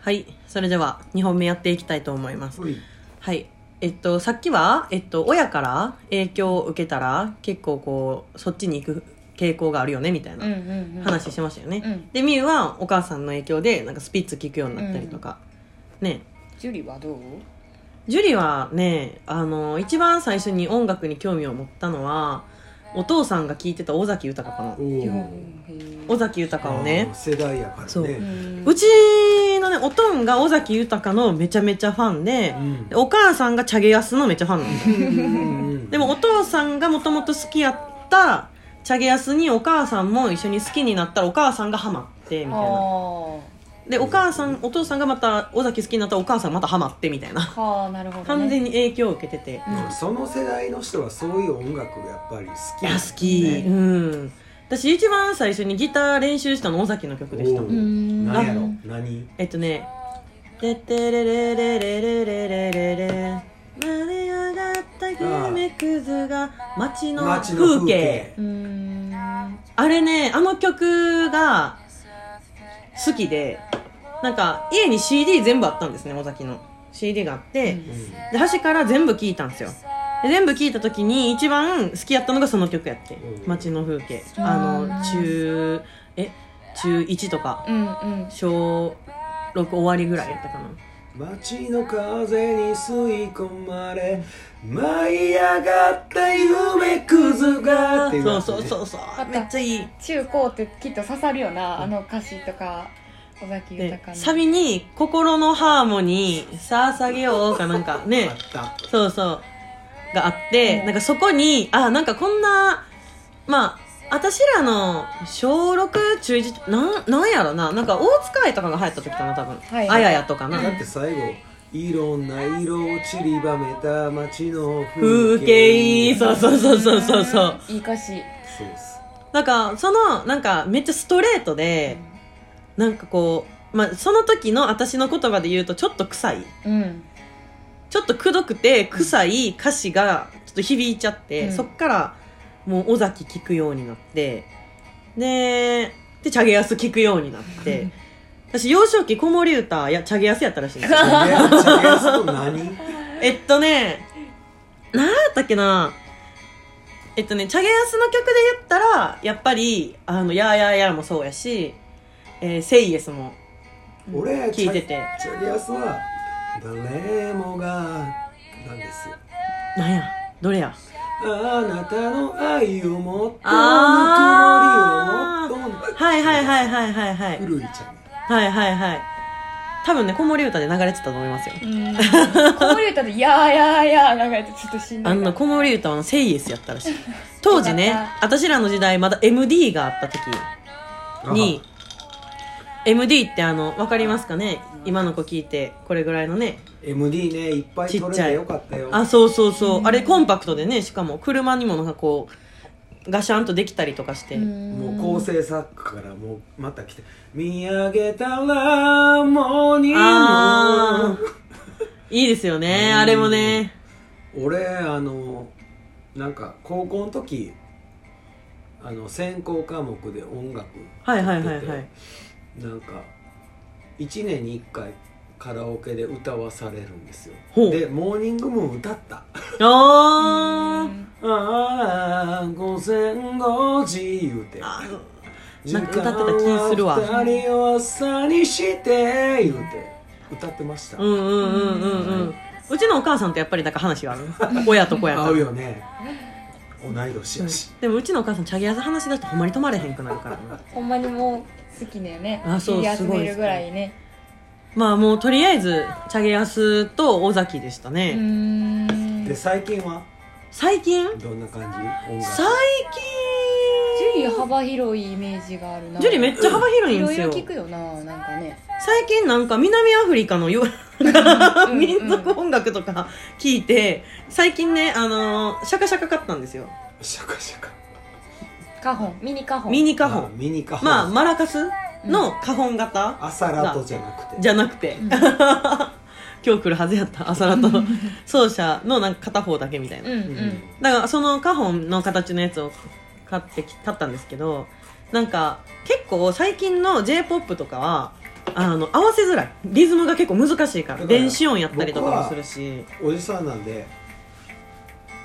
はいそれでは2本目やっていきたいと思いますはいはいえっとさっきは、えっと、親から影響を受けたら結構こうそっちに行く傾向があるよねみたいうんなうんうん話してましたよね、うんでみゆはお母さんの影響でなんかスピッツ聴くようになったりとか、ねジュリはどうジュリはねあの一番最初に音楽に興味を持ったのはお父さんが聴いてた尾崎豊かなおうんおへー尾崎豊をね世代やからねそううんうちのねおとんが尾崎豊のめちゃめちゃファンでう、んでお母さんがチャゲヤスのめっちゃファンなんですようんでもお父さんがもともと好きやったチャゲヤスにお母さんも一緒に好きになったらお母さんがハマってみたいなあでお母さんお父さんがまた尾崎好きになったらお母さんまたハマってみたいなーはあなるほど、ね、完全に影響を受けてて、うんその世代の人はそういう音楽がやっぱり好きいや好なんですき、ねうん私一番最初にギター練習したの尾崎の曲でしたおーうん何やろ何えっとね「てってれれれれれれれれれ」「舞い上がった夢くずが街の風街景の風景うんあれねあの曲が好きでなんか家に CD 全部あったんですね尾崎の CD があって、うんで端から全部聴いたんですよで全部聴いた時に一番好きやったのがその曲やって「うん街の風景」うんあの中え中1とかうんうん小6終わりぐらいやったかな街の風に吸い込まれ舞い上がった夢くずがっていうそやうつねそうそうそうためっちゃいい中高ってきっと刺さるよなあの歌詞とか尾崎で豊のサビに「心のハーモニー捧げよう」かなんかあねったそうそうがあってなんかそこにあなんかこんなまあ私らの小6中1なんなんやろななんか大塚愛とかが流行った時かな多分、はいあややとかなだって最後いろんな色を散りばめた街の風風景景そうそうそうそうそうそういい歌詞そうですなんかそのなんかめっちゃストレートでなんかこう、まあ、その時の私の言葉で言うとちょっと臭いうんちょっとくどくて臭い歌詞がちょっと響いちゃって、うんそっからもう尾崎聴くようになってででチャゲヤス聴くようになって私幼少期子守歌やチャゲヤスやったらしいんです よめっちゃ安と何えっとね何やったっけなえっとねチャゲヤスの曲で言ったらやっぱり「あのやーやーやー」もそうやし「えー、セイエス」も俺聴いててチャリアスは誰もがなんですよなんやどれやあなたの愛をもっとぬくあーもりをもっとはいはいはいはいはいはいうるいちゃんはいはいはい多分ね子守歌で流れてたと思いますようん子守歌で「やーやーやー」なんかやってちょっとしんどいあの子守歌はセイエスやったらしい当時ね私らの時代まだ MD があった時に MD ってあの分かりますかね今の子聞いてこれぐらいのね MD ねいっぱい取れてよかったよあそうそうそうあれコンパクトでねしかも車にもなんかこうガシャンとできたりとかしてもう構成作家からもうまた来て「見上げたらモーニングあいいですよねあれもね」俺あのなんか高校の時あの専攻科目で音楽はいはいはいはいなんか1年に1回カラオケで歌わされるんですよほうで「モーニングムーン」歌ったあ「ああ午前5時」言うてーあなんか歌ってた気するわ時間は二人を朝にして」言うて歌ってました、うんうんうんうんうんうちのお母さんとやっぱりなんか話がある 親と子やか合らうよね同い年やし、でもうちのお母さんチャゲヤス話し出してほんまに止まれへんくなるからなほんまにもう好きだよねあそうシリアスすごい見るぐらいねまあもうとりあえずチャゲヤスと尾崎でしたうね、んジで最近は最近どんな感じ音楽最近ュリ幅広いイメージがあるなジュリめっちゃ幅広いんですいよろいろ聞くよななんかね最近なんか南アフリカのよん民族音楽とか聞いて最近ねあのシャカシャカ買ったんですよシャカシャカカホンミニカホンミニニカホあンミニカホンまあマラカスのカホン型、朝ラトじゃなくてじゃなくて、ん 今日来るはずやった朝ラと奏者のなんか片方だけみたいな、うんううんだからそのカホンの形のやつを買ってき買ったんですけどなんか結構最近の j p o p とかはあの合わせづらいリズムが結構難しいからだから電子音やったりとかもするしおじさんなんで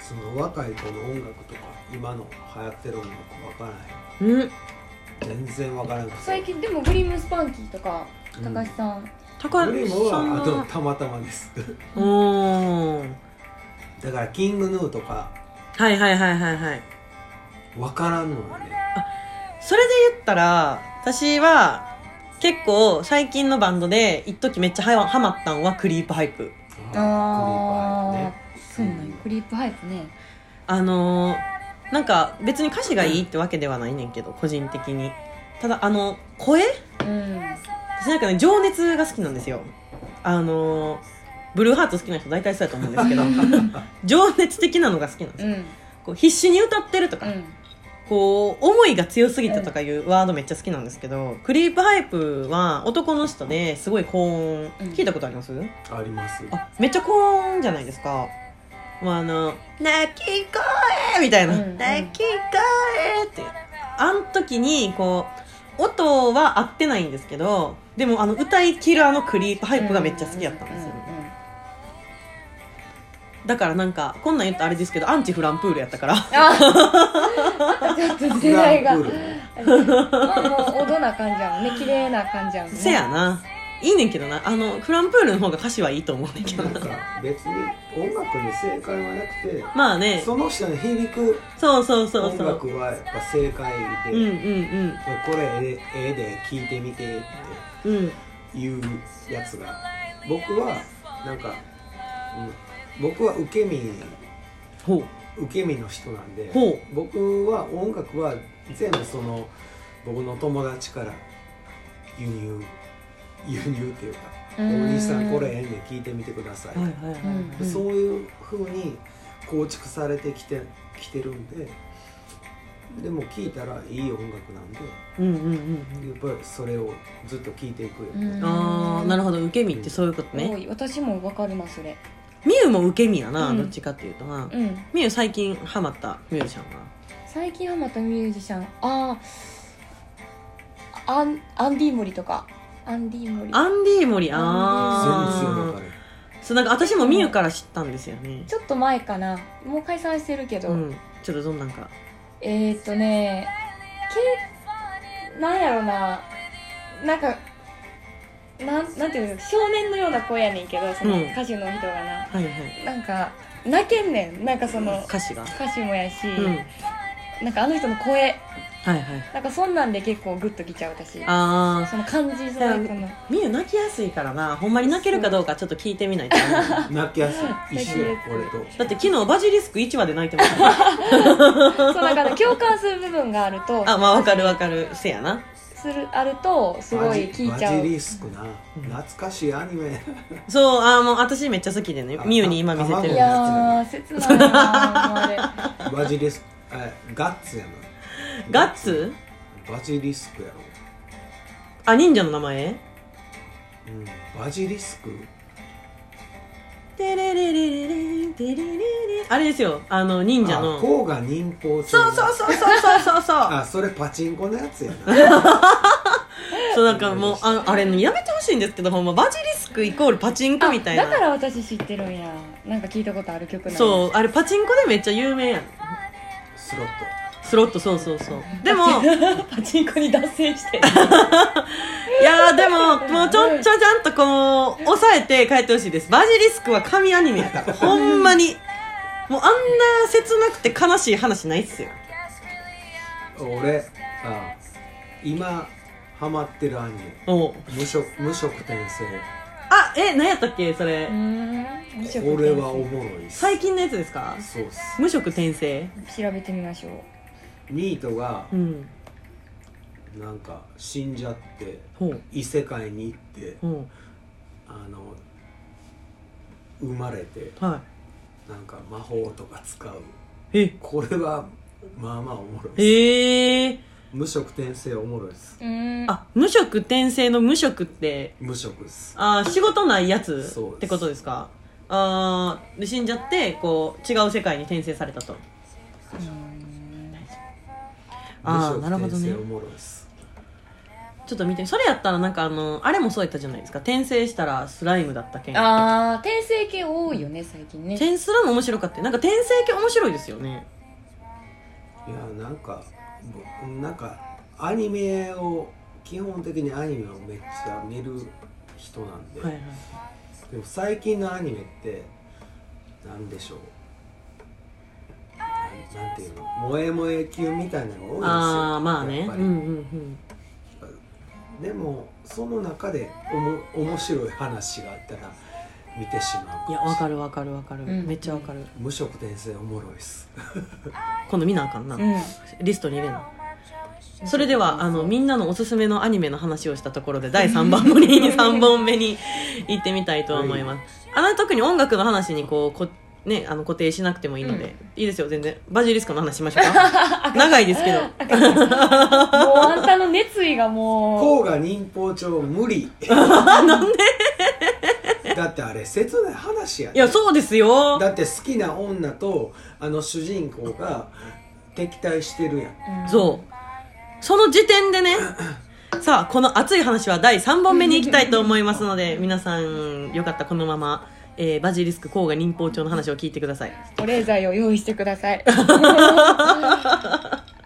その若い子の音楽とか今の流行ってる音楽わからないうん全然わからなくて最近でもグリムスパンキーとかうん高橋さん、高橋グリムさんはあとはたまたまです うーんだからキングヌーとかはいはいはいはいはいわからんのよねそれで言ったら私は結構最近のバンドで一時めっちゃはやハマったんはクリープハイプあークそうリーパーやねなんやクリープハイプねあのーなんか別に歌詞がいいってわけではないねんけど個人的にただあの声うん私なんかね情熱が好きなんですよあのーブルーハーツ好きな人大体そうやと思うんですけど情熱的なのが好きなんですうよ、んこう必死に歌ってるとか、うんこう思いが強すぎたとかいうワードめっちゃ好きなんですけどクリープハイプは男の人ですごい高音うん聞いたことあります、ありますあめっちゃ高音じゃないですかもうあの「泣き声」みたいな「うんうん泣き声」ってあん時にこう音は合ってないんですけどでもあの歌いきるあのクリープハイプがめっちゃ好きだったんですよ、うんうんうんだからなんかこんなん言ったらあれですけどアンチフランプールやったからあちょっと世代がフもランうクールねおどな感じやもんね綺麗な感じやもんねせやないいねんけどなあのフランプールの方が歌詞はいいと思うねんけどなんか別に音楽に正解はなくてまあねその人に響くそうそうそう音そう楽はやっぱ正解うんうんで、これええええで聴いてみてっうんうんていうやつが僕はなんか、うん、僕は受け身ほう受け身の人なんでほ僕は音楽は全部その僕の友達から輸入輸入っていうか「おう兄さんこれええねん聞いてみてください」うはいはいはい、うんそういうふうに構築されてきてきてるんででも聴いたらいい音楽なんでうんうんうんうんやっぱりそれをずっと聴いていくよ、うんあーなるほど受け身ってそういうこと多ねい私もわかりますそれみゆも受け身やな、うんどっちかっていうとなうんみゆ最近ハマったミュージシャンは最近ハマったミュージシャンああアンアンディモリとかアンディモリアンディモリ全然あわかあるそうなんか私もみゆから知ったんですよねちょっと前かなもう解散してるけど、うんちょっとどんなんかえー、っとねけなんやろななんかなんなんていうの少年のような声やねんけどそのうん歌手の人がな、はいはいなんか泣けんねんなんかその歌詞が歌手もやし、うんはいなんかあの人の声はいなんかそんなんで結構グッときちゃう私あその感じその人のあみゆ泣きやすいからなほんまに泣けるかどうかちょっと聞いてみ ないとな泣きやすい一緒や泣きやすい俺とだって昨日バジリスク1話で泣いてましたそうな んかね共感する部分があるとあまあわかるわかるせやなするあるとすごい聞いちゃマジマうジリスクな懐かしいアニメそうあーもう私めっちゃ好きでねあみゆに今見せてるんですいけどやー切ないなーバジリスクあガッツやなガッツバジリスクやろ、あ忍者の名前うん、バジリスクテレレレレレンテレレレあれですよあの忍者のあ甲賀忍法帳そうそうそうそうそうそうそうあそれパチンコのやつやなそうなんかもうああれやめてほしいんですけどほんまバジリスクイコールパチンコ みたいあだかなら私知ってるんやなんか聞いたことある曲なんやそうあれパチンコでめっちゃ有名やんスロットスロットそうそうそうでも パチンコに脱 線していやーでももうちょんちょんちゃんとこう抑えて帰ってほしいですバジリスクは神アニメやからほんまにもうあんな切なくて悲しい話ないっすよ俺あ今ハマってるアニメおう無色無色転生あえ何やったっけそれうーん無色これはおもろいっす最近のやつですかそうっす無職転生調べてみましょうミートがうんなんか死んじゃってほう異世界に行ってほあの生まれてうはなんか魔法とか使ういえこれはまあまあおもろいっすえー、無色転生おもろいっすうーんあ無職転生の無職って無色っすあー仕事ないやつそうですってことですかあーで死んじゃってこう違う世界に転生されたとうーん無あー色なるほど転ね生おもろいっすちょっと見てそれやったらなんかあのあれもそうやったじゃないですか転生したらスライムだったけんああ転生系多いよね最近ね転するの面白かったなんか転生系面白いですよねいやなんかぼなんかアニメを基本的にアニメをめっちゃ見る人なんで、はいはいでも最近のアニメってなんでしょうなんなんていうの萌え萌え級みたいなのああがまあ多いんねですよやっうぱんりうんでもその中でおも面白い話があったら見てしまうういんやわかるわかるわかる、うんめっちゃわかる無職転生おもろいっす今度見なあかんな、うんリストに入れなそれではあのみんなのおすすめのアニメの話をしたところで第3番目に 3本目に行ってみたいと思います、あの特に音楽の話にこうこ、ね、あの固定しなくてもいいので、うんいいですよ全然バジリスクの話しましょうか長いですけどもうあんたの熱意がもう甲賀忍法帳無 理だってあれ切ない話やいでやそうですよだって好きな女とあの主人公が敵対してるやんそうその時点でねさあこの熱い話は第3本目に行きたいと思いますので皆さんよかったらこのまま、えーバジリスク甲賀忍法帳の話を聞いてください保冷剤を用意してください